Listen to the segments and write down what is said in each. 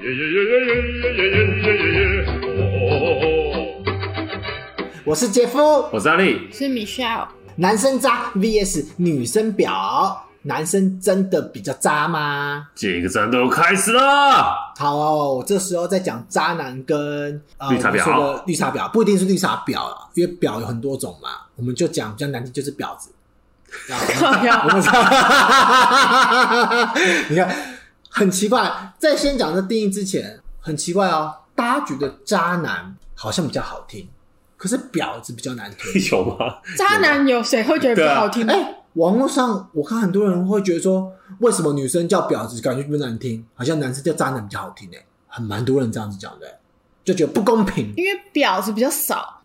耶耶耶耶耶耶耶耶耶耶！哦，我是杰夫，我是阿力，是 Michelle，男生渣 VS 女生婊，男生真的比较渣吗？这个战斗开始了。好、哦，这时候在讲渣男跟呃绿茶婊我们说的绿茶婊不一定是绿茶婊了，因为婊有很多种嘛，我们就讲比较难听就是婊子。我们 你看，很奇怪，在先讲这定义之前，很奇怪哦，大家觉得渣男好像比较好听，可是婊子比较难听。有吗？渣男有谁会觉得对不啊好听？哎、网络上我看很多人会觉得说，为什么女生叫婊子感觉不难听，好像男生叫渣男比较好听哎、很蛮多人这样子讲的、就觉得不公平。因为婊子比较少，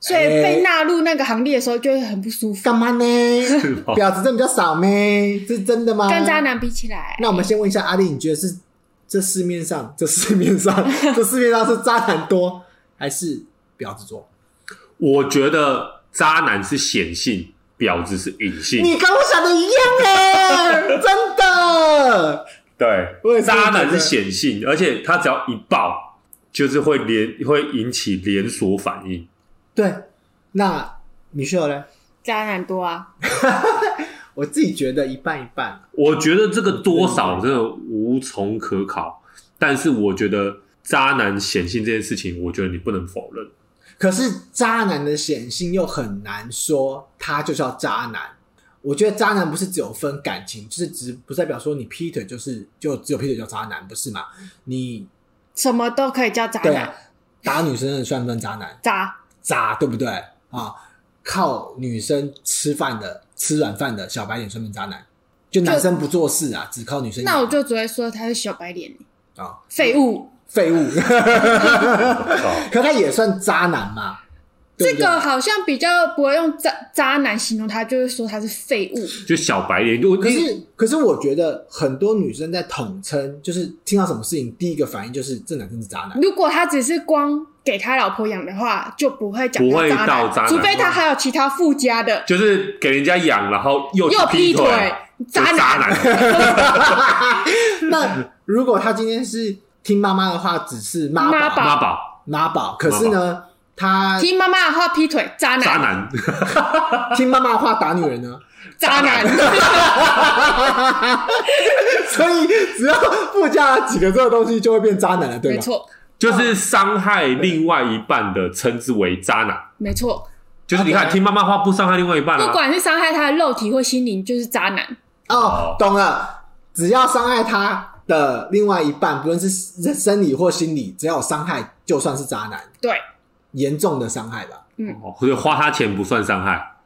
所以被纳入那个行列的时候就会很不舒服。 干嘛呢？吗婊子真的比较少咩？这是真的吗？跟渣男比起来，那我们先问一下阿丽，你觉得是这市面上这市面上 这市面上是渣男多还是婊子多？我觉得渣男是显性，婊子是隐性。你跟我想的一样哎、真的。我对，也是觉渣得男是显性，而且他只要一爆，就是会连会引起连锁反应。对，那米秀呢？渣男多啊，我自己觉得一半一半。我觉得这个多少真的无从可考，但是我觉得渣男显性这件事情，我觉得你不能否认。可是渣男的显性又很难说他就叫渣男。我觉得渣男不是只有分感情，就是只不代表说你劈腿就是就只有劈腿叫渣男，不是嘛？你什么都可以叫渣对男啊，，打女生的算不算渣男？渣渣，对不对啊？靠女生吃饭的、吃软饭的小白脸算不算渣男？就男生不做事啊，只靠女生养。那我就只会说他是小白脸，啊，废物。废物。 靠可他也算渣男嘛？对这不对个好像比较不会用渣渣男形容他，就会说他是废物。就小白脸，我可是，可是我觉得很多女生在统称，就是听到什么事情，第一个反应就是这男生是渣男。 如果他只是光给他老婆养的话，就不会讲不会他到渣男除非他还有其他附加的，就是给人家养，然后又又劈劈腿，就渣渣男，男， 那如果他今天是听妈妈的话，只是妈妈宝宝妈宝，妈宝，可是呢，他听妈妈的话劈腿，渣渣男，男，听妈妈的话打女人呢？渣男， 所以只要附加了几个这个东西，就会变渣男了，对没吧？错，就是伤害另外一半的，称之为渣男。没错，就是你看，听妈妈话不伤害另外一半不啊，管是伤害他的肉体或心灵，就是渣男。哦哦，懂了。只要伤害他的另外一半，不论是生理或心理，只要有伤害，就算是渣男，对，严重的伤害吧，哦或者花他钱不算伤害，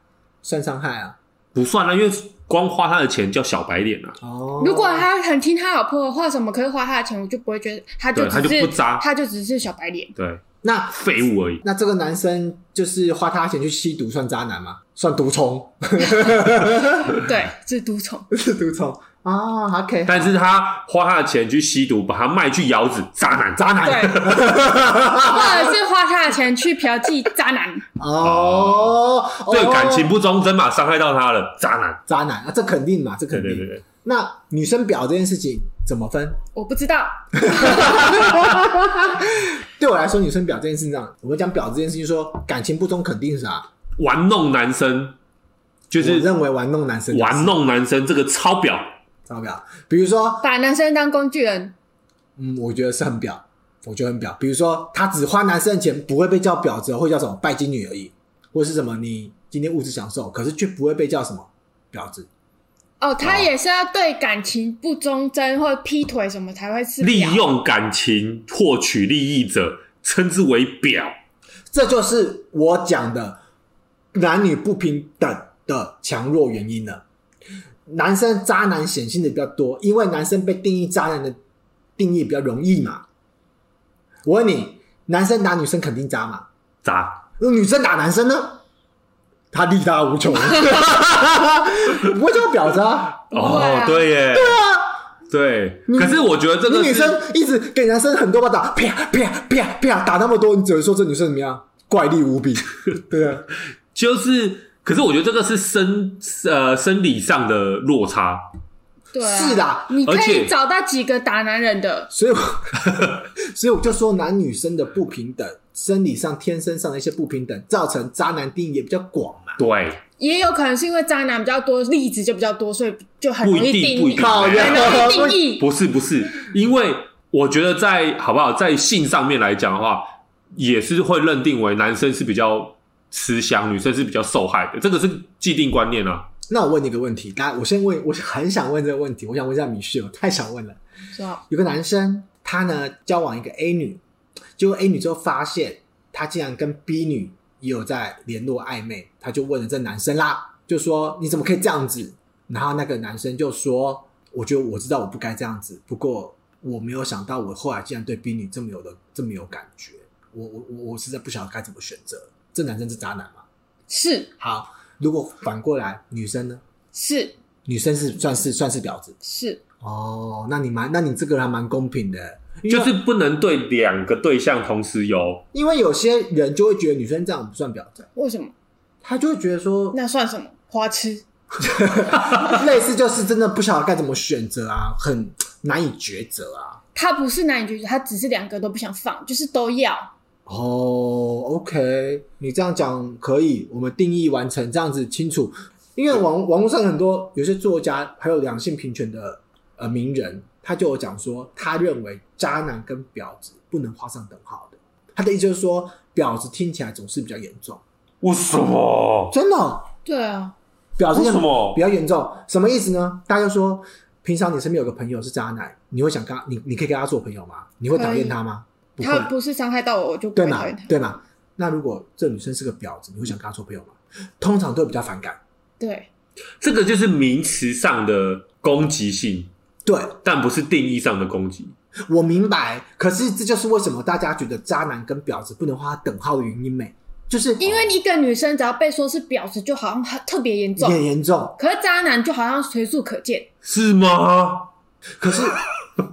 算伤害啊。不算啊，因为光花他的钱叫小白脸啊。哦，如果他很听他老婆的话，什么可是花他的钱，我就不会觉得他就对他只就是不渣他就只是小白脸，对，那废物而已。那这个男生就是花他钱去吸毒，算渣男吗？算毒虫， 对，是毒虫，是毒虫啊。OK，但是他花他的钱去吸毒，把他卖去窑子，渣男，渣 对，男。或者是花他的钱去嫖妓，渣男。哦，对哦感情不忠贞嘛，伤害到他了，渣男。渣男啊，这肯定嘛，这对肯定。对对对，那女生婊这件事情怎么分？我不知道，对我来说，女生婊这件事情上，我们讲婊这件事情说，感情不忠肯定是啊，玩弄男生就我是认为玩弄男生就是玩，弄男生，这个超婊。知道不婊？比如说，把男生当工具人，嗯，我觉得是很婊，我觉得很婊。比如说，他只花男生的钱，不会被叫婊子，会叫什么拜金女而已，或者是什么你今天物质享受，可是却不会被叫什么婊子。哦，他哦也是要对感情不忠贞或劈腿什么才会是利婊用感情获取利益者，称之为婊。这就是我讲的男女不平等的强弱原因了。男生渣男显性的比较多，因为男生被定义渣男的定义比较容易嘛。我问你，男生打女生肯定渣嘛？渣，那女生打男生呢？他力大无穷，不会叫婊子啊！不会哦啊对耶，对你可是我觉得这你个女是生一直给男生很多巴打，啪啪啪啪打那么多，你只会说这女生怎么样？怪力无比，对啊。就是，可是我觉得这个是生呃生理上的落差，对啊，是啦你可而且以找到几个打男人的，所以我， 所以我就说男女生的不平等，生理上、天生上的一些不平等，造成渣男定义也比较广嘛。对，也有可能是因为渣男比较多，例子就比较多，所以就很容易不一定定不义一，定靠很容易定义。不是不是，因为我觉得在好不好，在性上面来讲的话，也是会认定为男生是比较吃香，女生是比较受害的，这个是既定观念啊。那我问你一个问题，大家，我先问，我很想问这个问题，我想问一下米旭，我太想问了。是吧？有个男生，他呢交往一个 A 女，结果 A 女之后发现他竟然跟 B 女也有在联络暧昧，他就问了这男生啦，就说你怎么可以这样子？然后那个男生就说，我觉得我知道我不该这样子，不过我没有想到我后来竟然对 B 女这么有的这么有感觉，我我我我实在不晓得该怎么选择。这男生是渣男嘛？是好，如果反过来女生呢？是女生是算是算是婊子是，哦，那你蛮那你这个人还蛮公平的，因为就是不能对两个对象同时有，因为有些人就会觉得女生这样不算婊子，为什么？他就会觉得说，那算什么？花痴？ 类似就是真的不晓得该怎么选择啊，很难以抉择啊。他不是男女绝绝，他只是两个都不想放，就是都要。哦，OK，你这样讲可以，我们定义完成，这样子清楚。因为网网络上很多有些作家，还有两性平权的呃名人，他就有讲说，他认为渣男跟婊子不能画上等号的。他的意思就是说，婊子听起来总是比较严重，为什么？真的哦对啊，婊子为这什样么比？较严重，什么意思呢？大家说，平常你身边有个朋友是渣男，你会想跟他，你你可以跟他做朋友吗？你会讨厌他吗？不会他，不是伤害到我，我就不对会嘛讨厌他？。对嘛？那如果这女生是个婊子，你会想跟她做朋友吗？通常都比较反感。对，这个就是名词上的攻击性，对但不是定义上的攻击。我明白，可是这就是为什么大家觉得渣男跟婊子不能画等号的原因没，就是因为你一个女生只要被说是婊子，就好像特别严重，也严重。可是渣男就好像随处可见。是吗？可 是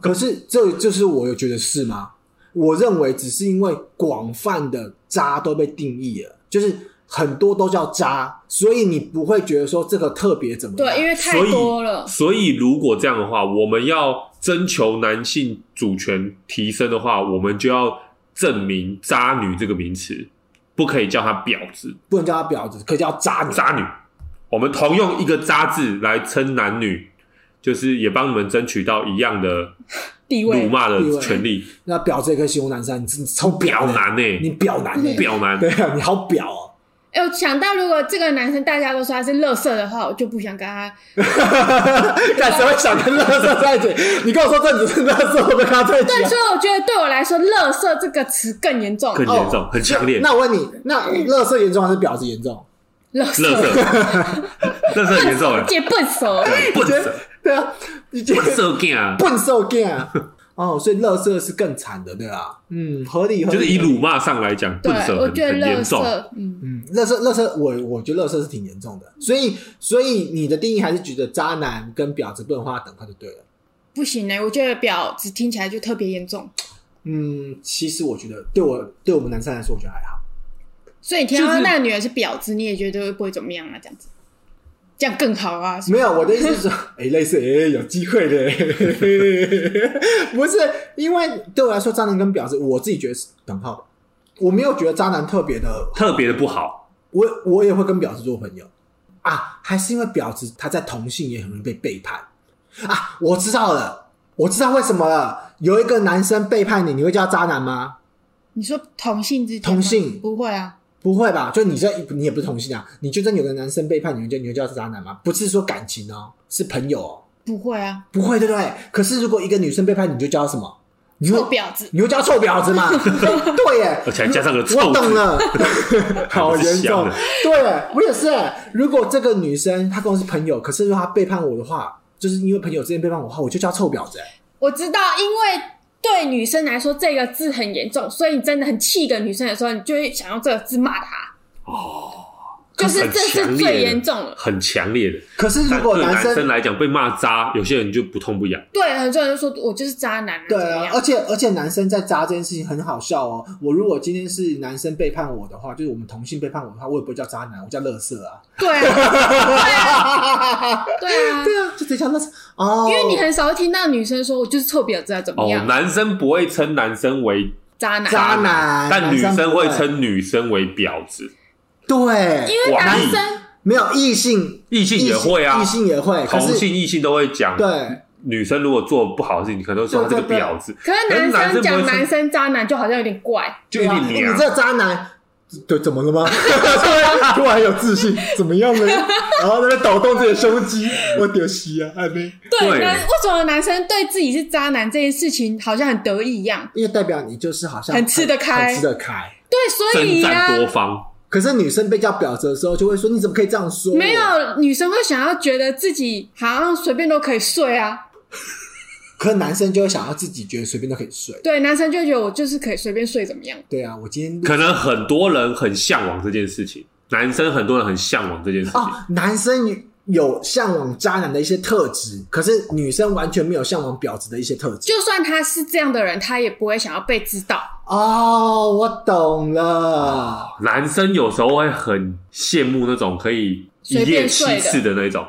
可是这就是我有觉得是吗？我认为只是因为广泛的渣都被定义了，就是很多都叫渣，所以你不会觉得说这个特别怎么样。对，因为太所以多了。所以如果这样的话，我们要征求男性主权提升的话，我们就要证明“渣女”这个名词，不可以叫她婊子、不能叫他婊子，可以叫渣女。渣女。我们同用一个“渣”字来称男女，就是也帮你们争取到一样的地辱位，骂的权利。那婊子也可以形容男生，你真的超婊婊的，男呢、你婊男、欸，婊男对啊，你好婊哦、哎、我想到如果这个男生大家都说他是乐色的话，我就不想跟他。 干谁会想跟乐色在一起？你跟我说这只是乐色，我跟他在一起、对，啊所。以我觉得对我来说，乐色这个词更严重。更严重，很强烈。那我问你，那乐色严重还是婊子严重？乐乐色，色，乐色很严重哎，借笨手，笨色，对啊，你觉得笨色 g 啊，笨兽 g 啊！ 哦，所以乐色是更惨的，对啊，嗯，合理，合理就是以辱，骂上来讲，对笨，色我很觉得很乐严重。色，嗯，嗯，乐色乐色，我我觉得乐色是挺严重的，所以所以你的定义还是觉得渣男跟婊子不能画等号就对了。不行欸呢、我觉得婊子听起来就特别严重，嗯，其实我觉得对我对我们男生来说，我觉得还好。所以你听就到是那个女人是婊子，你也觉得不会怎么样啊？这样子，这样更好啊？是吧没有，我的意思是 说，哎、类似哎、有机会的， 不是因为对我来说，渣男跟婊子，我自己觉得是等号的。我没有觉得渣男特别的特别的不好。我我也会跟婊子做朋友啊，还是因为婊子她在同性也很容易被背叛啊。我知道了，我知道为什么了。有一个男生背叛你，你会叫他渣男吗？你说同性之间吗，同性不会啊？不会吧？就你这你也不是同性啊，你就真有个男生背叛你，你会叫你会叫他渣男吗？不是说感情哦，是朋友哦，不会啊，不会对不对？可是如果一个女生背叛你，就叫她什么？你会臭婊子，你会叫她臭婊子吗？ 对耶，而且还加上个臭字我懂了，好还不是严香重的。对我也是。啊如果这个女生她跟我是朋友，可是如果她背叛我的话，就是因为朋友之间背叛我的话，我就叫她臭婊子。欸我知道，因为对女生来说这个字很严重，所以你真的很气一个女生的时候，你就会想用这个字骂她。就是哦很这是强烈最的严重了。很强烈的。可是如但果对男男生来讲被骂渣，有些人就不痛不痒。对，很多人就说我就是渣男啊，对怎么啊，样而且而且男生在渣这件事情很好笑哦。我如果今天是男生背叛我的话，就是我们同性背叛我的话，我也不会叫渣男，我叫乐色 啊。对啊， 对啊，对啊，就直接叫乐色哦。因为你很少会听到女生说我就是臭婊子啊，怎哦么样，，男生不会称男生为渣男，渣男但女男生生不会会称女生为婊子。对，因为哇男你生没有异性，异性也会啊异性也会，可同是性、异性都会讲。对，女生如果做不好的事情，可能都说她对是个对对婊子。可是可是男男生生讲不会男生渣男就好像有点怪，就有对啊点你娘，这渣男，对，怎么了吗？突然有自信，怎么样呢？然后在那边抖动自己的胸肌，我屌西啊，还没，对，对男为什么男生对自己是渣男这件事情好像很得意一样？因为代表你就是好像很吃得开很吃得开。对，所 以啊征呀、战多方。可是女生被叫婊子的时候，就会说你怎么可以这样说？没，有女生会想要觉得自己好像随便都可以睡啊，可男生就会想要自己觉得随便都可以睡。对，男生就觉得我就是可以随便睡怎么样？对啊，我今 天可能很多人很向往这件事情，男生很多人很向往这件事情。哦，男生有向往渣男的一些特质，可是女生完全没有向往婊子的一些特质。就算他是这样的人，他也不会想要被知道。哦，我懂了。男生有时候会很羡慕那种可以一夜七次的那种，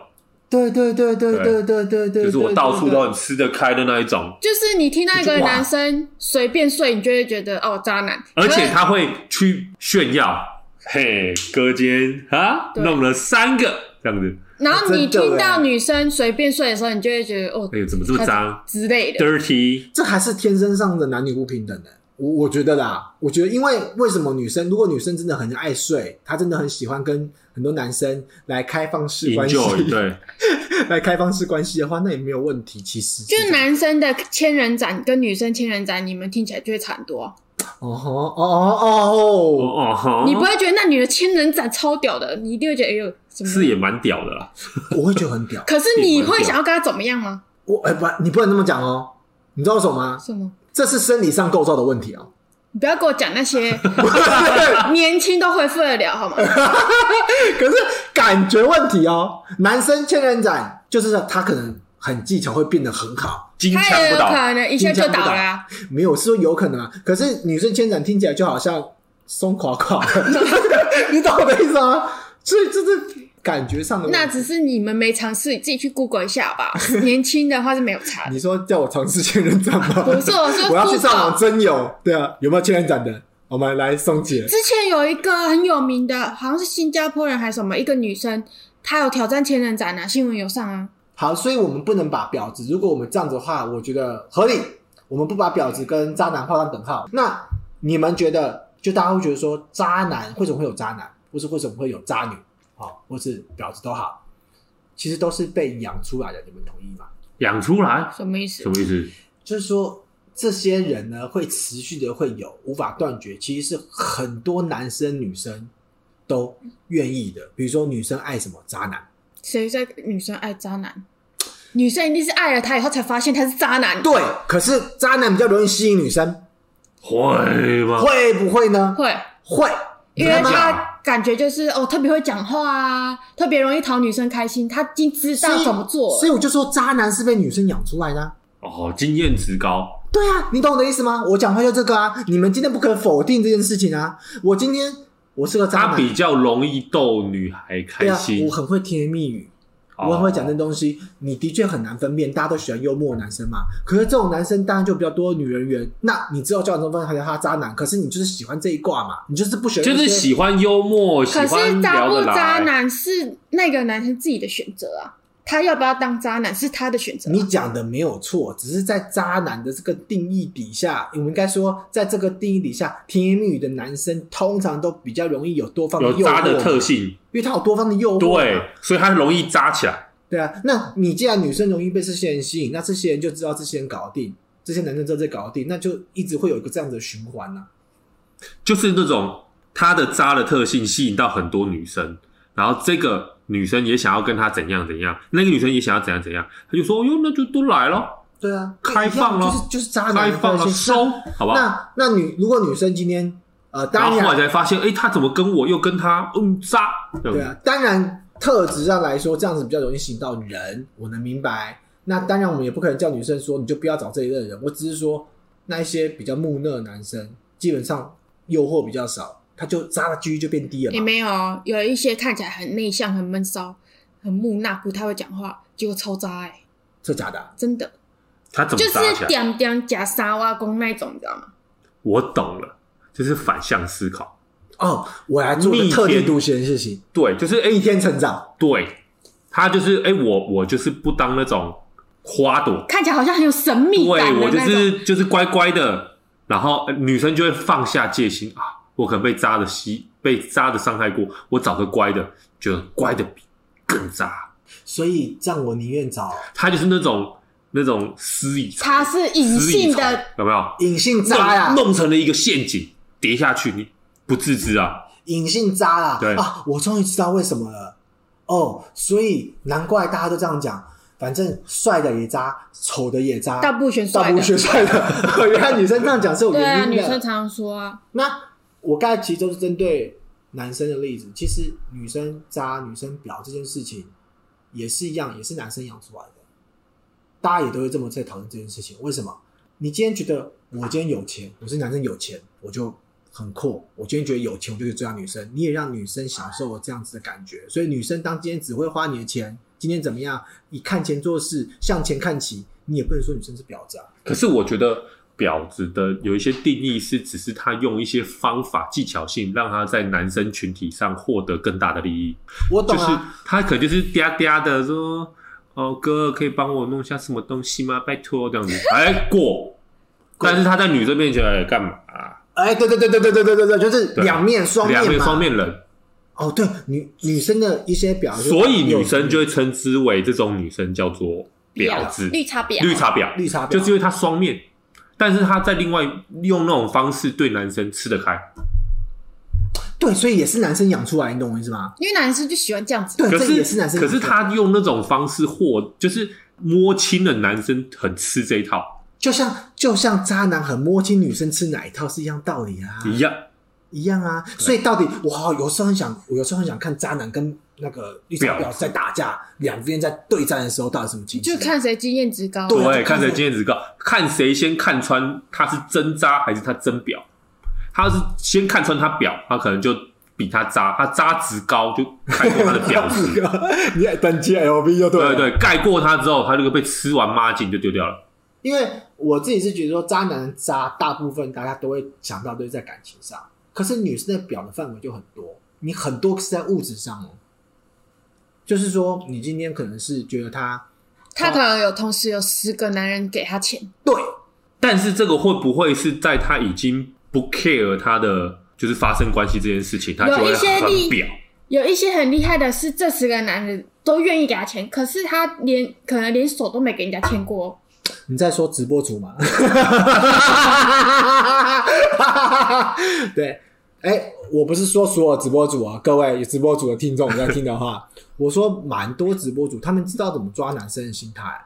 对对对对对对对对，就是我对到处都。对很吃得开的那一种，就是你听到一个哇男生随便睡，你就会觉得哦，渣男。而且可他会去炫耀，嘿，哥今天啊对弄了三个这样子，是然后你真的听到欸女生随便睡的时候，你就会觉得哦哎呦怎么这么脏之类啊的。 ，dirty，这还是天生上的男女不平等的。我我觉得啦，我觉得因为为什么女生，如果女生真的很爱睡，她真的很喜欢跟很多男生来开放式关系， enjoy，对， 来开放式关系的话，那也没有问题。其实就是男生的千人斩跟女生千人斩，你们听起来就会差很多啊、哦吼哦哦哦，哦哦，你不会觉得那女的千人斩超屌的，你一定会觉得哎呦怎么？是也蛮屌的啦，我会觉得很屌。可是你会想要跟他怎么样吗？我哎、不，你不能那么讲哦。你知道为什么吗？什么？这是生理上构造的问题哦。你不要给我讲那些年轻都恢复得了好吗？可是感觉问题哦。男生千人斩就是他可能很技巧会变得很好，金他枪也不有倒，可能一下就金枪不倒倒了啊、没有是说有可能啊。可是女生千人斩听起来就好像松垮垮 的，你懂我的意思吗？所以这是感觉上的问题。那只是你们没尝试，你自己去 Google 一下吧。年轻的话是没有差的。你说叫我尝试千人斩吗？不是我 说我要去副手上网真有，对啊，有没有千人斩的？我们来松姐，之前有一个很有名的，好像是新加坡人还是什么，一个女生，她有挑战千人斩啊，新闻有上啊。好，所以我们不能把婊子，如果我们这样子的话，我觉得合理。我们不把婊子跟渣男画上等号。那你们觉得，就大家会觉得说，渣男为什么会有渣男，或是为什么会有渣女，好、或是婊子都好，其实都是被养出来的。你们同意吗？养出来什么意思什？么意思？就是说，这些人呢会持续的会有无法断绝，其实是很多男生女生都愿意的。比如说，女生爱什么渣男，谁在女生爱渣男？女生一定是爱了他以后才发现他是渣男。对，可是渣男比较容易吸引女生，会吗？会不会呢？会，会，因为你知道吗他感觉就是哦，特别会讲话啊，特别容易讨女生开心。他已经知道怎么做所以了。我就说渣男是被女生养出来的啊、哦，经验值高，对啊，你懂我的意思吗？我讲话就这个啊，你们今天不可否定这件事情啊。我今天我是个渣他男，比较容易逗女孩对开啊，心我，很会甜言蜜语，哦我很会讲这东西。你的确很难分辨，大家都喜欢幽默的男生嘛。可是这种男生当然就比较多女人缘。那你知道交往中分还有他渣男，可是你就是喜欢这一卦嘛，你就是不喜欢就那些，是喜欢幽默，喜可欢是渣聊不得来。渣男是那个男生自己的选择啊，他要不要当渣男是他的选择啊、你讲的没有错，只是在渣男的这个定义底下，我们应该说，在这个定义底下，甜言蜜语的男生通常都比较容易有多方的有诱惑渣嘛，的特性，因为他有多方的诱惑。对，，所以他容易渣起来。对啊。那你既然女生容易被这些人吸引，那这些人就知道这些人搞得定，这些男生知道这搞得定，那就一直会有一个这样子的循环啊呢、就是那种他的渣的特性吸引到很多女生，然后这个女生也想要跟他怎样怎样，那个女生也想要怎样怎样，他就说哟，那就都来咯，对啊，开放一样了就是就是渣男开放了，那收，好不好？那那女如果女生今天呃，然当后然后来才发现，哎，他怎么跟我又跟他嗯渣？这样对啊，当然特质上来说，这样子比较容易吸引到人，我能明白。那当然，我们也不可能叫女生说你就不要找这一类的人。我只是说，那一些比较木讷的男生，基本上诱惑比较少，他就渣的几率就变低了也嘛。没有哦，有一些看起来很内向、很闷骚、很木讷、不太会讲话，结果超渣哎、这假的啊、真的他怎就么渣起是来？点点假沙挖工那种，你知道吗？我懂了，就是反向思考。哦，我来做个特立独行的事情，对，就是哎，逆天成长。对，他就是哎，我我就是不当那种花朵，看起来好像很有神秘感对的我就那种。是就是乖乖的，然后呃女生就会放下戒心啊，我可能被渣的吸，被渣的伤害过，我找个乖的，觉得乖的比更渣，所以这样，我宁愿找他就是那种那种私以仇他是隐私以性仇的，有没有？隐性弄渣呀、弄成了一个陷阱，跌下去你不自知啊，隐性渣啦。对啊，我终于知道为什么了。哦，所以难怪大家都这样讲，反正帅的也渣，丑的也渣，大部选大帅不的。学帅的。 原来女生这样讲是有对啊，原因女生的。常常说啊，那我刚才其实都是针对男生的例子，其实女生渣、女生婊这件事情也是一样，也是男生养出来的。大家也都会这么在讨论这件事情。为什么？你今天觉得我今天有钱，我是男生有钱，我就很阔。我今天觉得有钱，我就去追到女生。你也让女生享受我这样子的感觉。所以女生当今天只会花你的钱，今天怎么样？以看钱做事，向前看齐，你也不能说女生是婊子啊。可是我觉得。婊子的有一些定义是，只是他用一些方法技巧性，让他在男生群体上获得更大的利益。我懂就是啊，他可能就是嗲嗲的说：“哦，哥，可以帮我弄下什么东西吗？拜托。”这样子，哎， 过。但是他在女生面前哎干嘛、哎，对对对对对对对对对，就是两面双面两嘛。面双面人，哦，对，女女生的一些表现，所以女生就会称之为这种女生叫做婊子、绿茶婊，绿茶婊，绿茶婊就是因为她双面，但是她在另外用那种方式对男生吃得开。对，所以也是男生养出来，你懂我意思吗？因为男生就喜欢这样子。对，可呃这是也是男生可养出是来。他用那种方式获，就是摸清了男生很吃这一套就像就像渣男很摸清女生吃哪一套是一样道理啊，一样。一样啊。所以到底我好有时候很想，我有时候很想看渣男跟那个绿茶婊婊子在打架，两边在对战的时候到底什么情就形？看谁经验值高啊。对对，就看看谁谁。经验值高，看谁先看穿他是真渣还是他真婊。他是先看穿他婊，他可能就比他渣，他渣值高就盖过他的婊值 你等级 LV 就对了对，盖过他之后，他这个被吃完抹净就丢掉了。因为我自己是觉得说，渣男渣大部分大家都会想到都是在感情上，可是女生的表的范围就很多，你很多是在物质上哦。就是说，你今天可能是觉得他他可能有同时有十个男人给他钱，对，但是这个会不会是在他已经不 care 他的就是发生关系这件事情，他就有会一些很例婊？有一些很厉害的是，这十个男人都愿意给他钱，可是他连可能连手都没给人家牵过哦。你在说直播主吗？ 对，哎，我不是说所有直播主啊，各位有直播主的听众你在听的话，我说蛮多直播主，他们知道怎么抓男生的心态。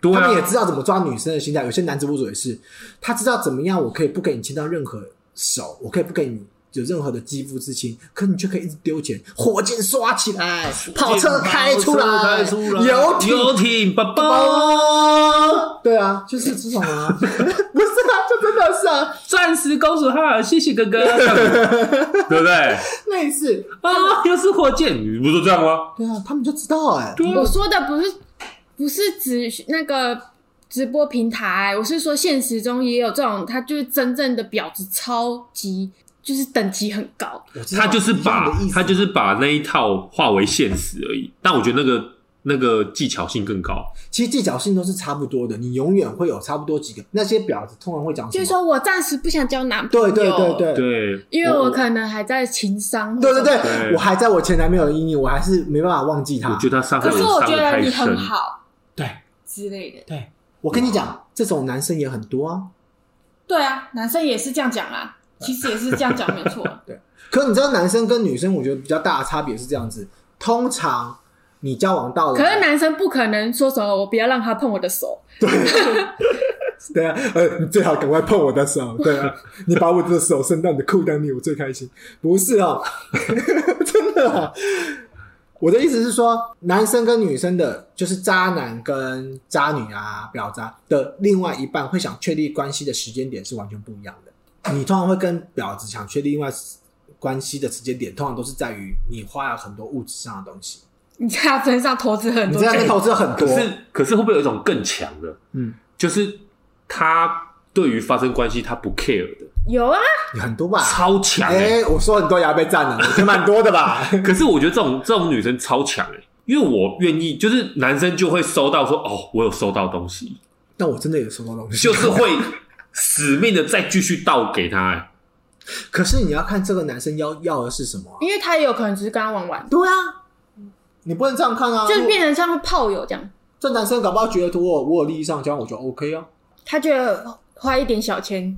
对他们也啊，知道怎么抓女生的心态。有些男直播主也是，他知道怎么样，我可以不给你牵到任何手，我可以不给你有任何的肌肤之亲，可你却可以一直丢钱，火箭刷起来，跑车开出跑车来，开出来游艇。游艇，宝宝哦，对啊，就是这 种啊，不是啊，就真的是啊，钻石公主号，谢谢哥哥，这样子 对不对？类似，啊，又是火箭，你不是这样吗？对啊，他们就知道哎、我啊说的不是不是指那个直播平台，我是说现实中也有这种，他就是真正的婊子，超级就是等级很高。我知道他就是把一样的意思他就是把那一套化为现实而已。但我觉得那个那个技巧性更高，其实技巧性都是差不多的，你永远会有差不多几个那些婊子通常会讲什就么，是说我暂时不想交男朋对友，对对对，对，因为我可能还在情商。对对对，对我还在我前男朋友的阴影，我还是没办法忘记他。我觉得他伤害可是我我伤觉的得太你很深。好对之类的。对，我跟你讲，这种男生也很多啊。对啊，男生也是这样 讲啊，其实也是这样讲，没有错。可你知道，男生跟女生，我觉得比较大的差别是这样子：通常你交往到了， 可是男生不可能说什么我不要让他碰我的手，对啊，呃，你最好赶快碰我的手，对啊，你把我的手伸到你的裤裆里，我最开心。不是哦， 真的、啊，我的意思是说，男生跟女生的，就是渣男跟渣女啊、婊渣的另外一半会想确立关系的时间点是完全不一样的。你通常会跟婊子想确立另外关系的时间点，通常都是在于你花了很多物质上的东西，你在他身上投资很你多在那钱边投资了很啊可多，是可是会不会有一种更强的，嗯，就是他对于发生关系他不 care 的，有啊，很多吧？超强哎、哎、我说很多也要被占了，我觉得蛮多的吧？可是我觉得这种这种女生超强哎、因为我愿意，就是男生就会收到说哦，我有收到东西， 但我真的有收到东西，就是会死命的再继续倒给他、欸。 可是你要看这个男生要要的是什么啊、因为他也有可能只是跟他玩玩，对啊，你不能这样看啊！就变成像炮友这样，这男生搞不好觉得我我有利益上交，我就 OK 啊。他觉得花一点小钱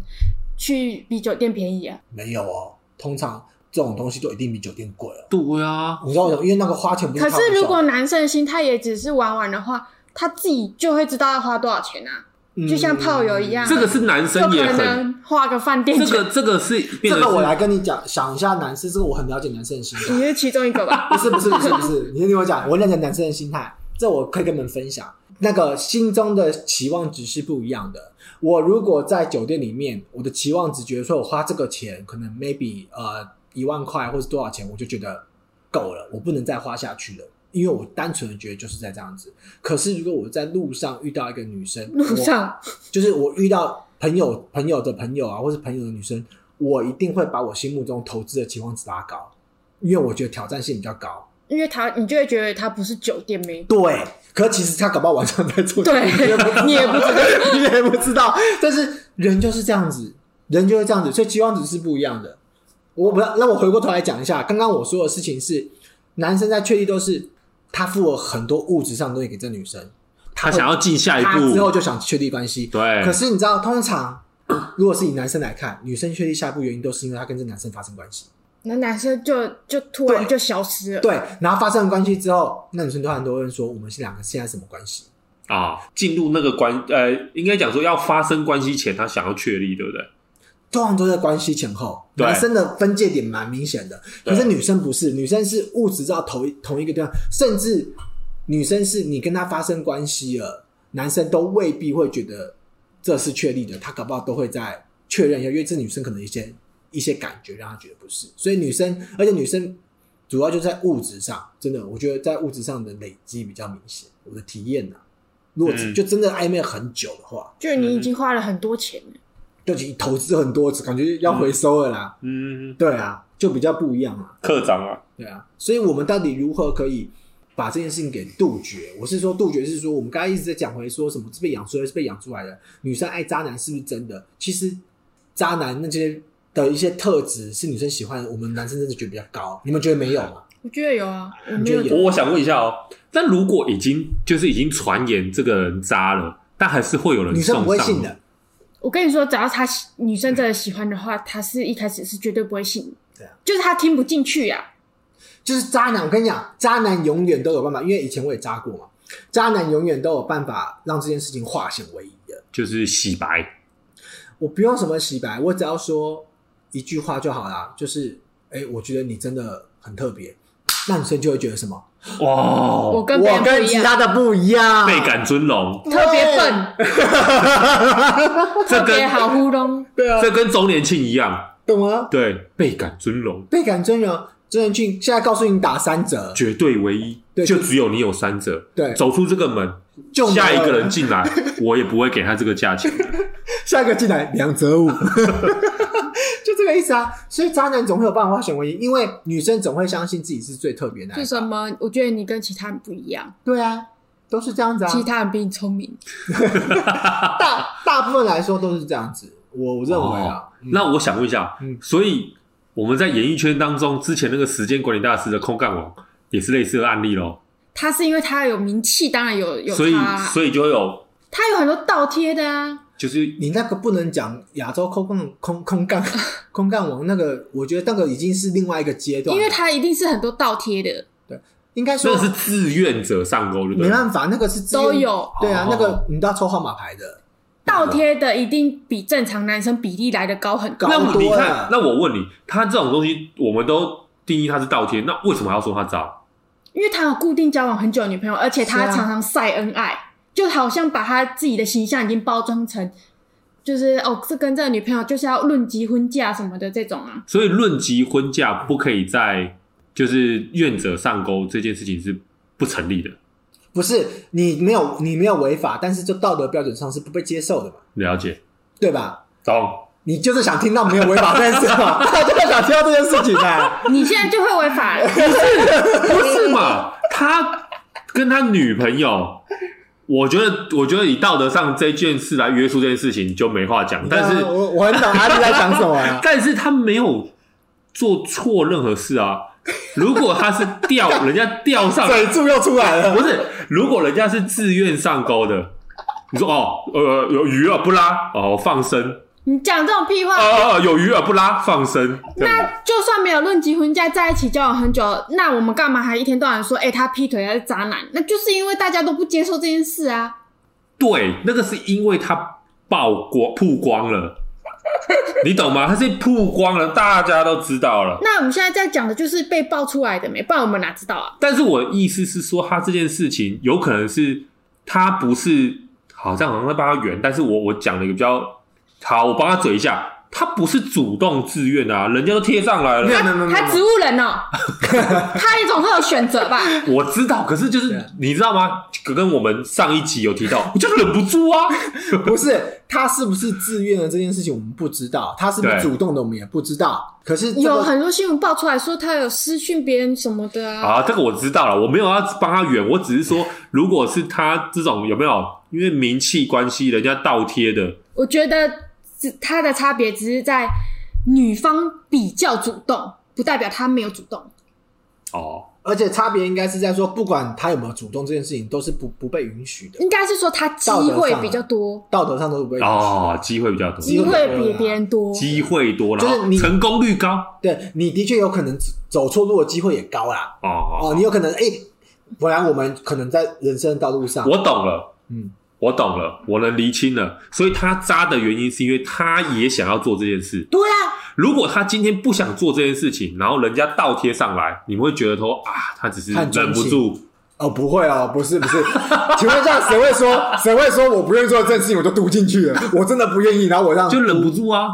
去比酒店便宜啊，没有哦，通常这种东西都一定比酒店贵哦。对啊，你知道为什么？因为那个花钱不可是开玩笑是的。如果男生的心态也只是玩玩的话，他自己就会知道要花多少钱啊，嗯就像炮友一，样，啊这个是男就生也可很，能花个饭店这钱，个这个是变成这个我是来跟你讲，想一下男生，这个我很了解男生的心态。你是其中一 个吧？不是不是不是不是， 你先听我讲，我了解男生的心态，这我可以跟你们分享。那个心中的期望值是不一样的。我如果在酒店里面，我的期望值觉得说我花这个钱，可能 maybe 呃一万块或是多少钱，我就觉得够了，我不能再花下去了。因为我单纯的觉得就是在这样子，可是如果我在路上遇到一个女生，路我上就是我遇到朋友、朋友的朋友啊，或是朋友的女生，我一定会把我心目中投资的期望值拉高，因为我觉得挑战性比较高。因为他你就会觉得他不是酒店妹，对，可其实他搞不好晚上在做，对你你也也不不知知道， 你也不知道。但是人就是这样子，人就是这样子，所以期望值是不一样的。我不要，那我回过头来讲一下，刚刚我说的事情是，男生在确立都是他付了很多物质上的东西给这女生，他想要进下一他之后步，就想确立关系，对，可是你知道，通常如果是以男生来看，女生确立下一步原因都是因为她跟这男生发生关系。那男生就就突然对就消失了。对，然后发生了关系之后，那女生突然都会问说：“我们是两个现在什么关系啊，进入那个关呃，应该讲说要发生关系前，他想要确立，对不对？？”通常都在关系前后，对男生的分界点蛮明显的，可是对女生不是，女生是物质到同一同一个地方，甚至女生是你跟她发生关系了，男生都未必会觉得这是确立的，他搞不好都会在确认一下，因为这女生可能一些一些感觉让他觉得不是，所以女生，而且女生主要就在物质上，真的，我觉得在物质上的累积比较明显，我的体验呐、如果嗯就真的暧昧很久的话，就你已经花了很多钱了，就已经投资很多，感觉要回收了啦，嗯，对啊，就比较不一样啊。课长啊，对啊，所以我们到底如何可以把这件事情给杜绝？我是说，杜绝是说我们刚才一直在讲回说什么是被养出来是被养出来的，女生爱渣男是不是真的？其实渣男那些的一些特质是女生喜欢的，我们男生真的觉得比较高，你们觉得没有吗？我觉得有啊，我你没觉得有有我我想问一下哦，但如果已经就是已经传言这个人渣了，但还是会有人女生不会送上信的，我跟你说，只要他喜女生真的喜欢的话，他是一开始是绝对不会信你，对啊就是他听不进去啊呀、就是渣男。我跟你讲，渣男永远都有办法，因为以前我也渣过嘛，渣男永远都有办法让这件事情化险为夷的。就是洗白，我不用什么洗白，我只要说一句话就好啦，就是，哎、我觉得你真的很特别，那女生就会觉得什么？哇，我跟别人不一其样，他的不一样，倍感尊荣，特别笨，这特别跟好糊弄。对啊，这跟周年庆一样，懂吗？对，倍感尊荣，倍感尊荣，真人俊现在告诉你打三折，绝对唯一对，就只有你有三折，对走出这个门，就没嗯有下一个人了进 来，我也不会给他这个价钱的，下一个进来两折五， 就这个意思啊。所以渣男总会有办法化险为夷，因为女生总会相信自己是最特别的那就一个，什么？我觉得你跟其他人不一样，对啊，都是这样子啊。其他人比你聪明。大大部分来说都是这样子，我我认为啊哦，嗯那我想问一下嗯，所以我们在演艺圈当中，之前那个时间管理大师的空干王也是类似的案例喽，他是因为他有名气，当然有有所以他啊，所以就会有他有很多倒贴的啊。就是你那个不能讲亚洲空干空空 干空干王那个，我觉得那个已经是另外一个阶段因了，为他一定是很多倒贴的，应该那说个是自愿者上钩，对不没对？办法，那个是自愿都有对啊，哦那个你都要抽号码牌的，倒倒贴的一定比正常男生比例来的高很多。那搞我你多啊看了，那我问你，他这种东西我们都定义他是倒贴，那为什么还要说他渣？因为他有固定交往很久的女朋友，而且是他啊常常晒恩爱，就好像把他自己的形象已经包装成，就是哦，这跟这个女朋友就是要论及婚嫁什么的这种 啊。所以论及婚嫁不可以在就是愿者上钩这件事情是不成立的。不是你没有你没有违法，但是就道德标准上是不被接受的嘛，了解，对吧？懂？你就是想听到没有违法这件事 嘛，他就是想听到这件事情嘛。你现在就会违法了，不是 嘛？他跟他女朋友，我觉得，我觉得以道德上这件事来约束这件事情就没话讲，但是。啊我我很懂阿丽在讲什么啊 但是他没有做错任何事啊。如果他是 钓人家钓上，嘴柱又出来 了不，是，如果人家是自愿上钩的，你说哦，呃，有鱼啊不拉，哦放生，你讲这种屁话，哦哦哦有鱼啊不拉放生，这样子那就算没有论及婚嫁，在一起交往很久，那我们干嘛还一天到晚说，哎、他劈腿，他是渣男？那就是因为大家都不接受这件事啊。对，那个是因为他曝光曝光了，你懂吗？他是曝光了，大家都知道了。那我们现在在讲的就是被爆出来的没，不然我们哪知道啊？但是我的意思是说，他这件事情有可能是他不是好像好像在帮他圆，但是我我讲了一个比较好，我帮他嘴一下，他不是主动自愿的啊，人家都贴上来没了，有没有没有没他植有，物 人哦、他也总会有选择吧？我知道，可是就对是啊你知道吗？跟我们上一集有提到，我就忍不住 啊， 不是他是不是自愿的这件事情我们不知道，他是不对是主动的我们也不知道。可是这个有很多新闻爆出来说他有私讯别人什么的啊，啊，这个我知道了，我没有要帮他圆，我只是说，如果是他这种有没有因为名气关系，人家倒贴的，我觉得只他的差别只是在女方比较主动，不代表他没有主动。哦，而且差别应该是在说，不管他有没有主动，这件事情都是不不被允许的，应该是说他机会比较多，道德上都是不被允许的。哦，机会比较多，机会啊比别人多。机会多，然就是后你成功率高对你的确有可能走错路的机会也高啦。哦。哦，你有可能哎，本来我们可能在人生的道路上，我懂了，嗯，我懂了，我能厘清了。所以他渣的原因是因为他也想要做这件事。对啊，如果他今天不想做这件事情，然后人家倒贴上来，你们会觉得说啊，他只是看忍专不情住。哦，不会哦，不是不 是，请问一下，谁会说谁会说我不愿意做这件事情，我就读进去了，我真的不愿意，然后我让就忍不住啊！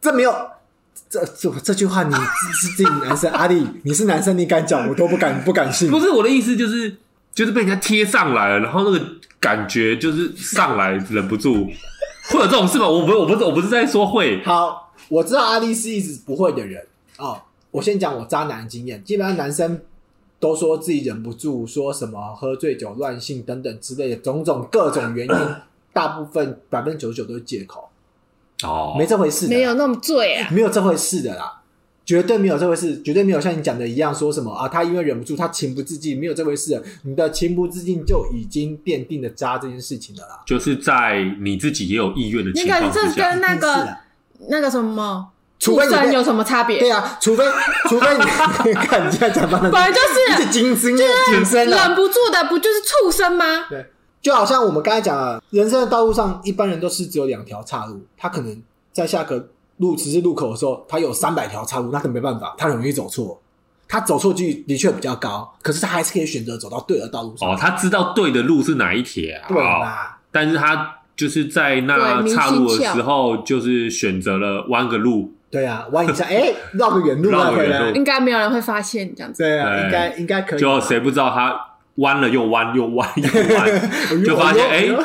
这没有。这这这句话你，是自己男生阿丽，你是男生，你敢讲，我都不敢不敢信。不是我的意思，就是就是被人家贴上来了，然后那个感觉就是上来忍不住， 会有这种事吗？我不我不是我不是在说会，好，我知道阿丽是一直不会的人哦。我先讲我渣男经验，基本上男生都说自己忍不住，说什么喝醉酒、乱性等等之类的种种各种原因，大部分百分之九十九都是借口，哦，没这回事的，没有那么醉啊，没有这回事的啦。绝对没有这回事，绝对没有像你讲的一样，说什么啊，他因为忍不住，他情不自禁，没有这回事的。你的情不自禁就已经奠定了渣这件事情了啦。就是在你自己也有意愿的情啊那况个之这下，跟那一定个是啊那个什么除非畜你被生有什么差别？对啊，除非 除非你 看你现在讲到本来就一直是精精谨慎忍啊。不住的，不就是畜生吗？对，就好像我们刚才讲的，人生的道路上，一般人都是只有两条岔路，他可能在下个路十字路口的时候，他有三百条岔路，那可没办法，他很容易走错。他走错距的确比较高，可是他还是可以选择走到对的道路上。哦，他知道对的路是哪一条、对啊，啦，但是他就是在那对明岔路的星时候，就是选择了弯个路，对啊，弯一下， 哎，绕个远路绕再个回远来路。应该没有人会发现这样子。对啊，对应该应该可以。就谁不知道他弯了又弯又弯又 弯，哎呦就发现哎哎呦，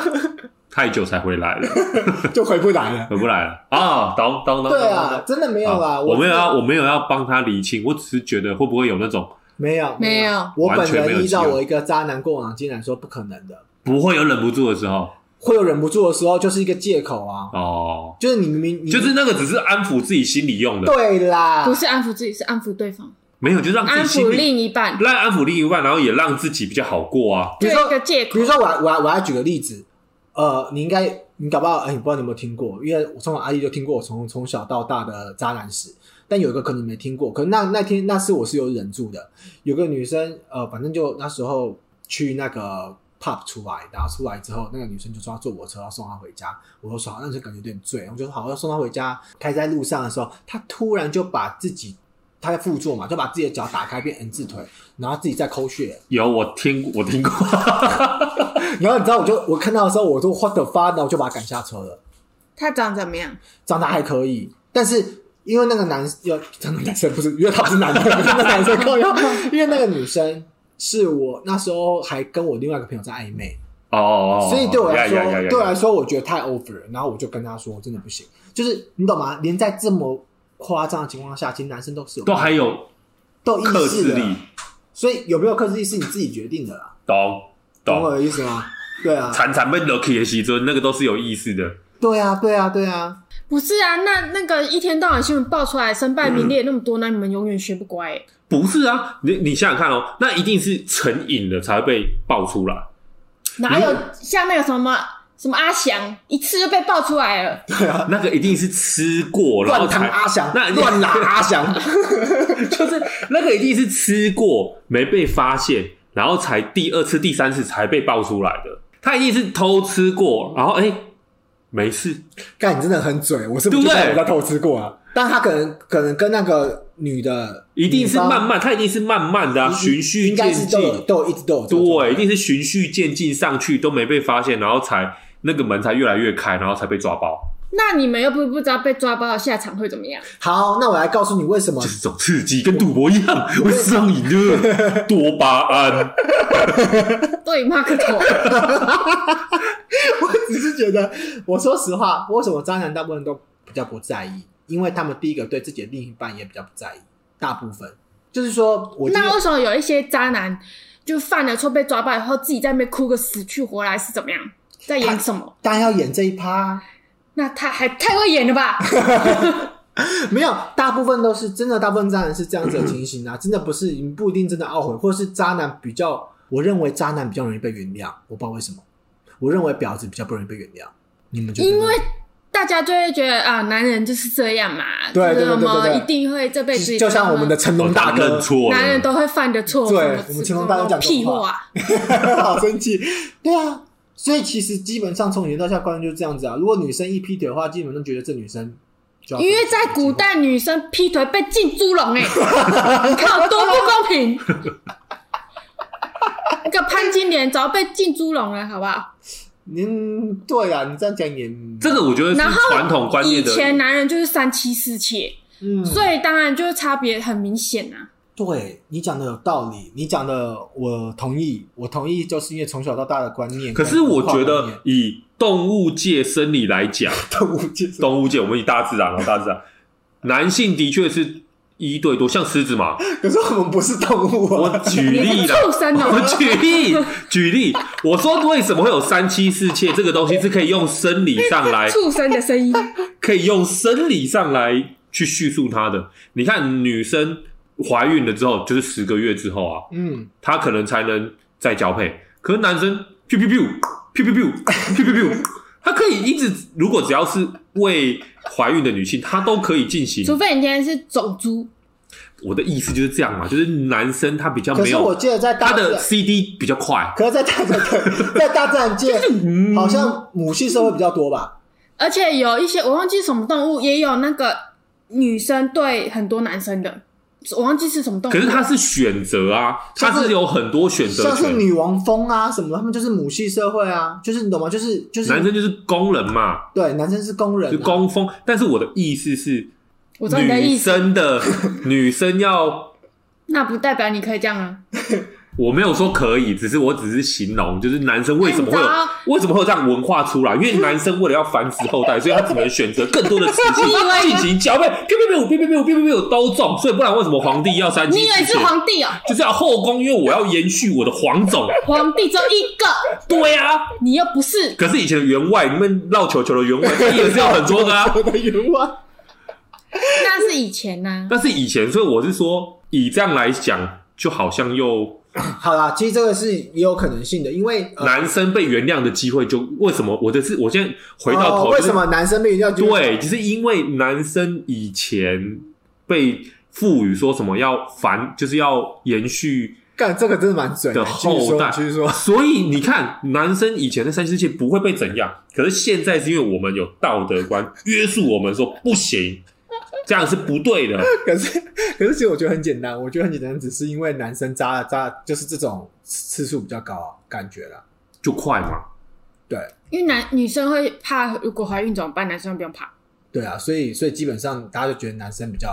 太久才回来了， 就回不 来了。回不来了啊！懂懂懂，对懂啊懂，真的没有啦，好我没有要，我我没有要帮他理清，我只是觉得会不会有那种没有没有我完本全没有人依机会照我一个渣男过往经验来说，不可能的。不会有忍不住的时候会有忍不住的时候，就是一个借口啊，哦，就是你明明你就是那个只是安抚自己心里用的，对啊啦，不是安抚自己，是安抚对方，没有就让自安己心抚里另一半，让安抚另一半，然后也让自己比较好过啊。比就如说一个借口比如。说我我我要举个例子，呃，你应该你搞不好哎、你不知道你有没有听过，因为我从小阿姨就听过我从从小到大的渣男史，但有一个可能你没听过，可那那天那次我是有忍住的，有个女生呃，反正就那时候去那个 pub 出来，然后出来之后，那个女生就说要坐我车，要送她回家。我说说好，那就感觉有点醉，我就说好，要送她回家。开在路上的时候，她突然就把自己，她在副座嘛，就把自己的脚打开变 N 字腿，然后自己在抠血。有我听我听过，然后你知道，我就我看到的时候，我就 what the fuck，然后我就把她赶下车了。他长怎么样？长得还可以，但是因为那个男要那个男生不是，因为他不是男的，不是那个男生靠腰，因为那个女生是我那时候还跟我另外一个朋友在暧昧，哦哦，哦所以对我来说呀呀呀呀呀对我啊来说我觉得太 over 了，然后我就跟他说真的不行，就是你懂吗？连在这么夸张的情况下，其实男生都是有都还有都意啊克识制的力，，所以有没有克制力是你自己决定的啦，懂懂我懂，的意思吗？对 啊，常常被 lucky 的时阵，那个都是有意识的。对啊，对啊，对啊，不是啊，那那个一天到晚新闻爆出来身败名裂那么多，那你们永远学不乖、欸。不是啊，你你想想看哦，那一定是成瘾了才会被爆出来。哪嗯有像那个什么什么阿翔，一次就被爆出来了？啊那个一定是吃过，然后乱弹才阿 翔，那乱拿阿翔，就是那个一定是吃过没被发现，然后才第二次、第三次才被爆出来的。他一定是偷吃过，然后哎、没事， 干，你真的很嘴，我是不对不是就对在我在偷吃过啊？但他可能可能跟那个女的一定是女方慢慢，他一定是慢慢的、啊、循序应该渐是都有进，都有一直都有这个状态对，一定是循序渐进上去，都没被发现，然后才那个门才越来越开，然后才被抓包，那你们又不不知道被抓包的下场会怎么样？好，那我来告诉你为 什么 就是这种刺激，跟赌博一样，会上瘾的 多巴胺。对，骂个我头。只是觉得，我说实话，为什么渣男大部分都比较不在意？因为他们第一个对自己的另一半也比较不在意，大部分就是说 我今天那为什么有一些渣男就犯了错被抓包以后，自己在那边哭个死去活来是怎么样？在演什么？当然要演这一趴啊、那他还太会演了吧？没有，大部分都是真的，大部分渣男是这样子的情形啊，真的不是你不一定真的懊悔，或是渣男比较，我认为渣男比较容易被原谅，我不知道为什么，我认为婊子比较不容易被原谅，你们觉得呢？因为大家就会觉得啊，男人就是这样嘛，对就对对是对我对们对一定会这辈子就像我们的成龙大哦我哥认，错了，男人都会犯的错，对什么我们乾隆大哥讲这种屁话话， 好生气，对啊，所以其实基本上从以前到现在观念就是这样子啊，如果女生一劈腿的话，基本上觉得这女生就要因为在古代女生劈腿被进猪笼 哎、你看有多不公平！那个潘金莲早被进猪笼了，好不好？嗯，对啊，你这样讲也这个我觉得是然后传统观以念的前男人就是三妻四妾，嗯，所以当然就是差别很明显啊。对你讲的有道理，你讲的我同意，我同意，就是因为从小到大的观念。可是我觉得，以动物界生理来讲， 动物界是动物界我们以大自然啊，大自然，男性的确是一对多，像狮子嘛。可是我们不是动物我啊，举你例是啦，畜生哦我举例举例，我说为什么会有三妻四妾这个东西是可以用生理上来，畜生的 声音，可以用生理上来去叙述它的。你看女生怀孕了之后，就是十个月之后啊，嗯，他可能才能再交配。可是男生 p u p u p u p u p u p u p u p u 他可以一直，如果只要是未怀孕的女性，她都可以进行。除非你今天是种猪，我的意思就是这样嘛，就是男生他比较可没是我有，记得在他大自的然， CD 比较快。可是在大自然，在大自然 界，嗯好像母系社会比较多吧？而且有一些我忘记什么动物，也有那个女生对很多男生的，我忘记是什么动物。 可是他是选择 啊，像他是是有很多选择像是权。女王蜂啊什么的，他们就是母系社会啊，就是你懂吗？就是就是男生就是工人嘛，对男生是工人、就啊，工蜂。但是我的意思是，我知道你的女意思，生的 女生要那不代表你可以这样啊。我没有说可以，只是我只是形容，就是男生为什么会哎你知有为什么会有这样文化出来？因为男生为了要繁殖后 代，所以他只能选择更多的雌性进行交配，别别别，别别别，别别别，都中。所以不然为什么皇帝要三妻你以为四妾是？皇帝哦、就是要后宫，因为我要延续我的皇种。皇帝只有一个，对啊，你又不是。可是以前的员外，你们绕球球的员外，他也是有很多的啊。 我的愿望。那是以前啊呢、但是以前，所以我是说，以这样来讲，就好像又好啦，其实这个是也有可能性的，因为、呃、男生被原谅的机会就为什么？我的是，我现在回到哦头，为就是什么男生被要对，就是因为男生以前被赋予说什么要繁，就是要延续干这个真的蛮准的继续后说，代。继续说， 所以你看，男生以前的三妻四妾不会被怎样，可是现在是因为我们有道德观约束我们说不行，这样是不对的。可是可是其实我觉得很简单，我觉得很简单，只是因为男生渣渣就是这种次数比较高、啊，感觉啦。就快嘛，对因为男女生会怕，如果怀孕怎么办？男生不用怕。对啊，所以所以基本上大家就觉得男生比较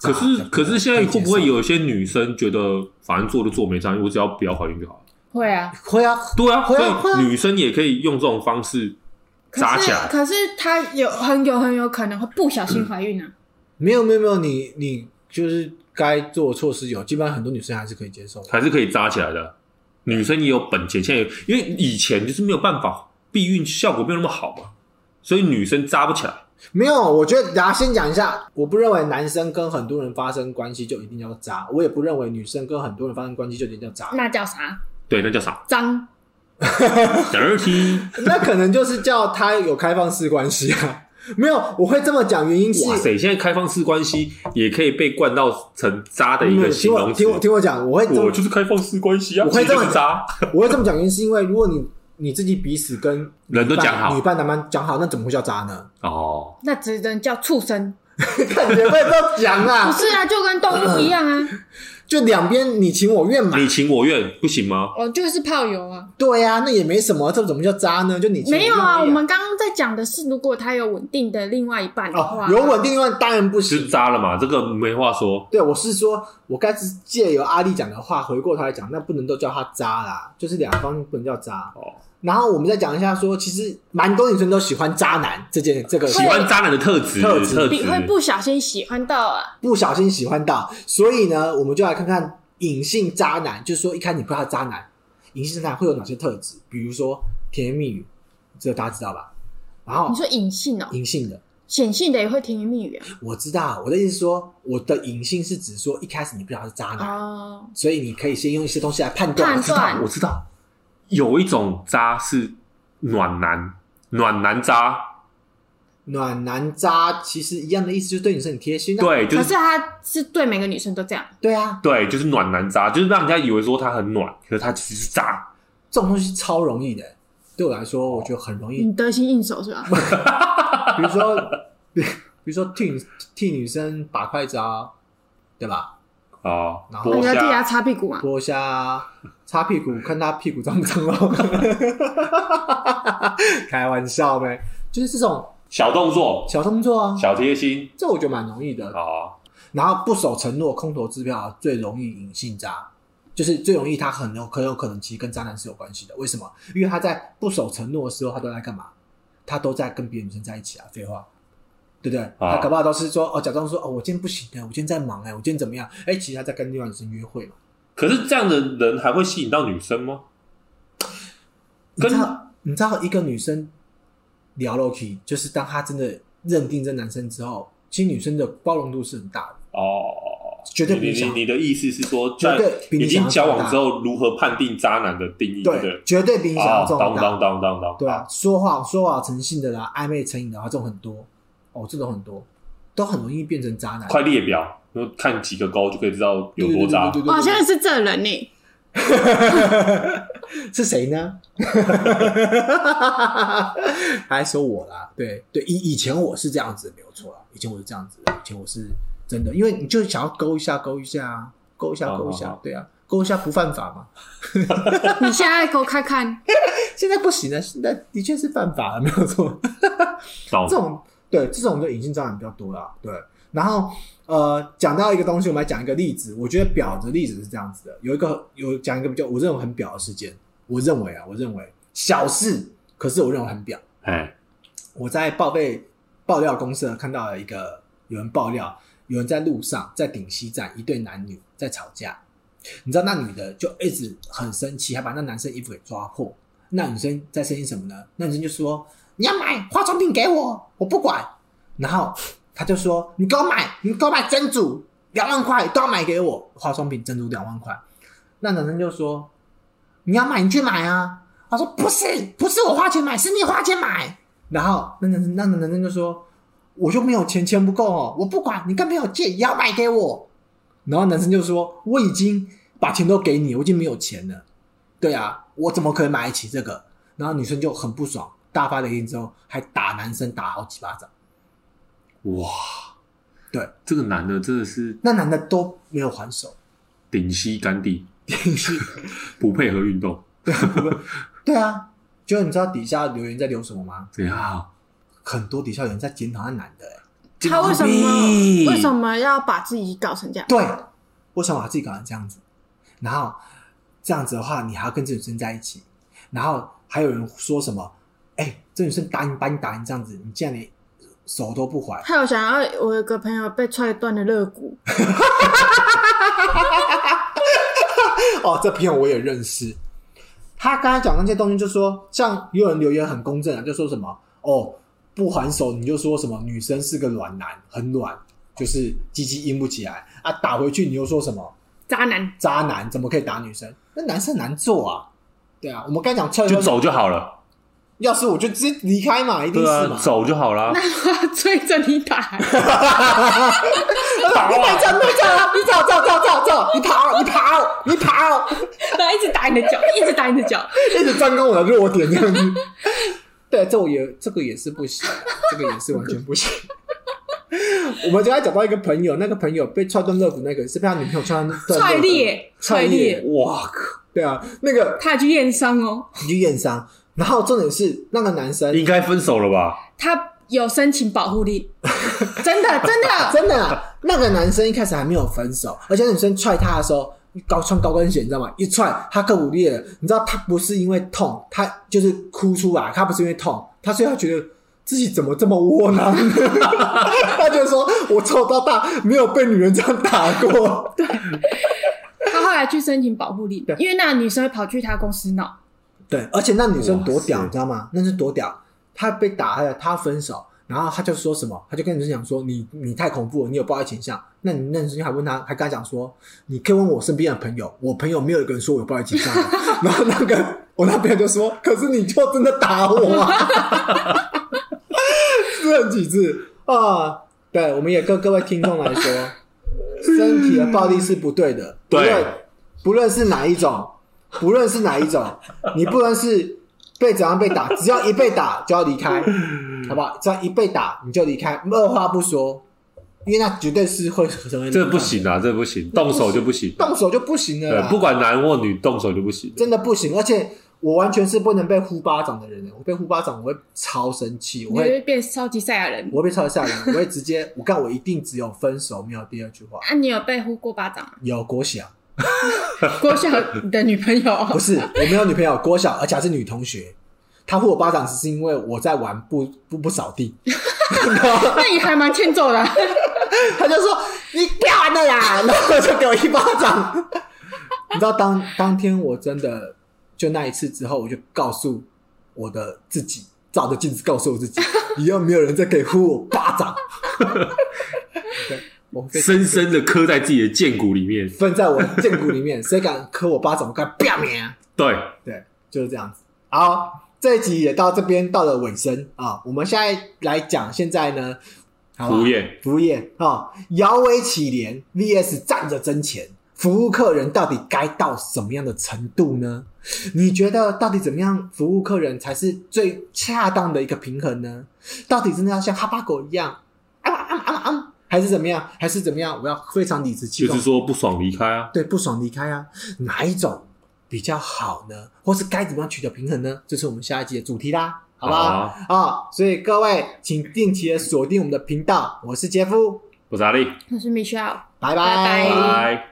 渣。可是比较可是现在会不会接受有一些女生觉得反正做就做没差，我只要不要怀孕就好了？会啊，会啊？对啊，会所啊会啊以女生也可以用这种方式扎可起是来。可是他有很有很有可能会不小心怀孕啊。没有没有没有，你你就是该做的措施有，基本上很多女生还是可以接受的。还是可以扎起来的。女生也有本钱，现在有因为以前就是没有办法避孕，效果没有那么好嘛，所以女生扎不起来。没有，我觉得大家先讲一下，我不认为男生跟很多人发生关系就一定叫渣，我也不认为女生跟很多人发生关系就一定叫渣。那叫啥？对，那叫 啥脏。 ？dirty。那可能就是叫他有开放式关系啊。 没有，我会这么讲，原因是哇塞，现在开放式关系也可以被灌到成渣的一没个有形听我容词嗯听。我听我讲，我会这么我就是开放式关系啊，我会其实这么就是渣。 我会这么讲，原因是因为如果你你自己彼此跟人都女伴讲好女伴男伴讲好，那怎么会叫渣呢？ 哦，那只能叫畜生，感觉会这讲 不啊，是啊，就跟动物一样啊，就两边你情我愿嘛。你情我愿不行吗？我哦就是炮友啊。对呀、啊，那也没什么，这怎么叫渣呢？就你情没有愿啊，而已我们刚刚在讲的是，如果他有稳定的另外一半的话，哦，有稳定一半当然不就是行。渣了嘛，这个没话说。对，我是说，我该是借由阿丽讲的话回过头来讲，那不能都叫他渣啦，就是两方不能叫渣。哦，然后我们再讲一下说，其实蛮多女生都喜欢渣男这件这个喜欢渣男的特质，特质特质比会不小心喜欢到啊，不小心喜欢到，所以呢，我们就来看看隐性渣男，就是说一开始你不知道他渣男，隐性渣男会有哪些特质，比如说甜言蜜语，这个大家知道吧？然后你说隐性哦，隐性的，显性的也会甜言蜜语啊。我知道，我的意思是说，我的隐性是指说一开始你不知道他是渣男，哦，所以你可以先用一些东西来判断。判我断知道我知道，有一种渣是暖男，暖男渣，暖男渣其实一样的意思，就是对女生很贴心、啊。对，就可是是他是对每个女生都这样，对啊，对，就是暖男渣，就是让人家以为说他很暖，可是他其实是渣。这种东西超容易的。对我来说，我觉得很容易。你得心应 手是吧？比如说， 比比如说替女替女生把筷子啊，对吧？哦，然后那剥你要替他虾，擦屁股啊？剥虾啊、擦屁股，看她屁股脏不脏咯。开玩笑呗，就是这种小动作，小动作啊，小贴心这我觉得蛮容易的。哦，然后不守承诺、空头支票最容易引性渣，就是最容易他很有很有可能其实跟渣男是有关系的。为什么？因为他在不守承诺的时候，他都在干嘛？他都在跟别的女生在一起啊，废话，对不对？啊他搞不好都是说哦，假装说哦，我今天不行的，我今天在忙哎、我今天怎么样？哎，其实他在跟另外女生约会嘛。可是这样的人还会吸引到女生吗？你跟知道你知道一个女生聊 l o k 就是当她真的认定这男生之后，其实女生的包容度是很大的，哦，绝对你比你想你的意思是说，绝在对比你已想经象交大往之后，如何判定渣男的定义？对不对，绝对比你想啊象，中的当大当。当当当，对啊，说谎、说谎成性的啦，暧昧成瘾的啊，这种很多哦，这种很多都很容易变成渣男。快列表，然后看几个勾就可以知道有多渣。对对对对对对哇，哦现在是这人呢， 是谁呢？ 还说我啦，对对，以以前我是这样子，没有错啦，以前我是这样子的，以前我是真的，因为你就想要勾一下，勾一下啊，勾一下，好勾一下好好，对啊，勾一下不犯法嘛。你现在给我看看，现在不行了，现在的确是犯法了，没有错。懂这种对这种的隐性渣男比较多啦。对，然后呃，讲到一个东西，我们来讲一个例子。我觉得表的例子是这样子的，有一个有讲一个比较我认为很表的事件，我认为啊，我认为小事，可是我认为很表。哎，我在报备爆料公社看到了一个有人爆料，有人在路上在顶西站一对男女在吵架，你知道那女的就一直很生气，还把那男生衣服给抓破。那女生在生气什么呢？那女生就说：“你要买化妆品给我，我不管。”然后他就说：“你给我买，你给我买珍珠两万块都要买给我化妆品，珍珠两万块。”那男生就说：“你要买你去买啊。”他说：“不是，不是我花钱买，是你花钱买。”然后那男生那男生就说：“我就没有钱，钱不够哦，我不管，你跟朋友借也要买给我。”然后男生就说：“我已经把钱都给你，我已经没有钱了。对啊，我怎么可能买得起这个？然后女生就很不爽，大发雷霆之后还打男生打好几巴掌。哇，对，这个男的真的是那男的都没有还手，顶膝干地，不配合运动，对啊。就你知道底下留言在留什么吗？怎样？很多底下有人在检讨那男的、欸，他为什嗯么为什么要把自己搞成这样？对，为什么把自己搞成这样子？然后这样子的话，你还要跟这女生在一起，然后还有人说什么？哎、这女生打你，把你打成这样子，你竟然连手都不还，还有想要我有个朋友被踹断了肋骨， 哦，这朋友我也认识。他刚才讲那些东西，就说像也有人留言很公正啊，就说什么哦不还手，你就说什么女生是个软男，很软，就是鸡鸡硬不起来啊，打回去你又说什么渣男。 渣男怎么可以打女生？那男生很难做啊，对啊，我们刚才讲踹就走就好了，要是我就直接离开嘛，一定对是嘛啊，。 走就好了。他追着你打，你等着，你走，你走，走走走走，你跑，啊你跑，你跑，啊然后一直打你的 脚，一直打你的脚。一直专攻我的弱点这样子。 对，这我也这个也是不行，啊这个也是完全不行。 我们刚才讲到一个朋友，那个朋友被踹断肋骨，那个是被他女朋友踹断肋骨踹裂踹踹裂裂，哇靠！对啊，那个他还去验伤哦，你去验伤，啊然后重点是那个男生应该分手了吧？他有申请保护令，真的真的。真的啊，那个男生一开始还没有分手，而且女生踹他的时候，高穿高跟鞋，你知道吗？一踹他更骨裂了，你知道他不是因为痛，他就是哭出来，他不是因为痛，他所以他觉得自己怎么这么窝囊， 他就说我从小到大没有被女人这样打过，他后来去申请保护令对，因为那个女生会跑去他公司闹，对，而且那女生多哇屌，塞你知道吗？那是多屌，她被打她她分手，然后她就说什么，她就跟女生讲说你你太恐怖了，你有暴力倾向。那你那女生还问她，还跟她讲说，你可以问我身边的朋友，我朋友没有一个人说我有暴力倾向的。然后那个我那朋友就说，可是你就真的打我啊， 是很几次啊。对，我们也跟各位听众来 说，身体的暴力是不对的，不对论不论是哪一种，不论是哪 一种，你不论是被怎样被打，只要一被打就要离开，好不好？只要一被打你就离开，二话不说，因为那绝对是会成为这不，行啊，这不行，动手就啊不行。动手就不行了对啦，，不管男或女，动手就不行。真的不行，而且。我完全是不能被呼巴掌的人，我被呼巴掌我会超生气，我你就会会变超级赛亚人。我会被超吓人，我会直接 我干我一定只有分手没有第二句话。啊，你有被呼过巴掌吗？ 有国小郭晓的女朋友 不是我没有女朋友， 国小而且还是女同学，她呼我巴掌只是因为我在玩不不不扫地， 那也还蛮欠揍的。啊 他就说你不要玩了啦， 然后就给我一巴掌。 你知道当当天我真的就那一次之后，我就告诉我的自己，照着镜子告诉我自己，以后没有人再给呼我巴掌。 对，我被深深的刻在自己的剑骨里面。分在我的剑骨里面， 谁敢磕我巴掌，我该啪你啊！对，对，就是这样子。好，这一集也到这边到了尾声啊，我们现在来讲现在呢，好吧服务业服务业啊，摇尾乞怜 VS 站着争钱，服务客人到底该到什么样的程度呢？你觉得到底怎么样服务客人才是最恰当的一个平衡呢？到底真的要像哈巴狗一样，啊啊啊啊啊，还是怎么样？还是怎么样？我要非常理直气就壮是，说不爽离开啊。对，不爽离开啊，哪一种比较好呢？或是该怎么样取得平衡呢？这是我们下一集的主题啦，好不好？啊、所以各位请定期的锁定我们的频道，我是杰夫，我是阿力，我是 Michelle。哎拜拜拜拜。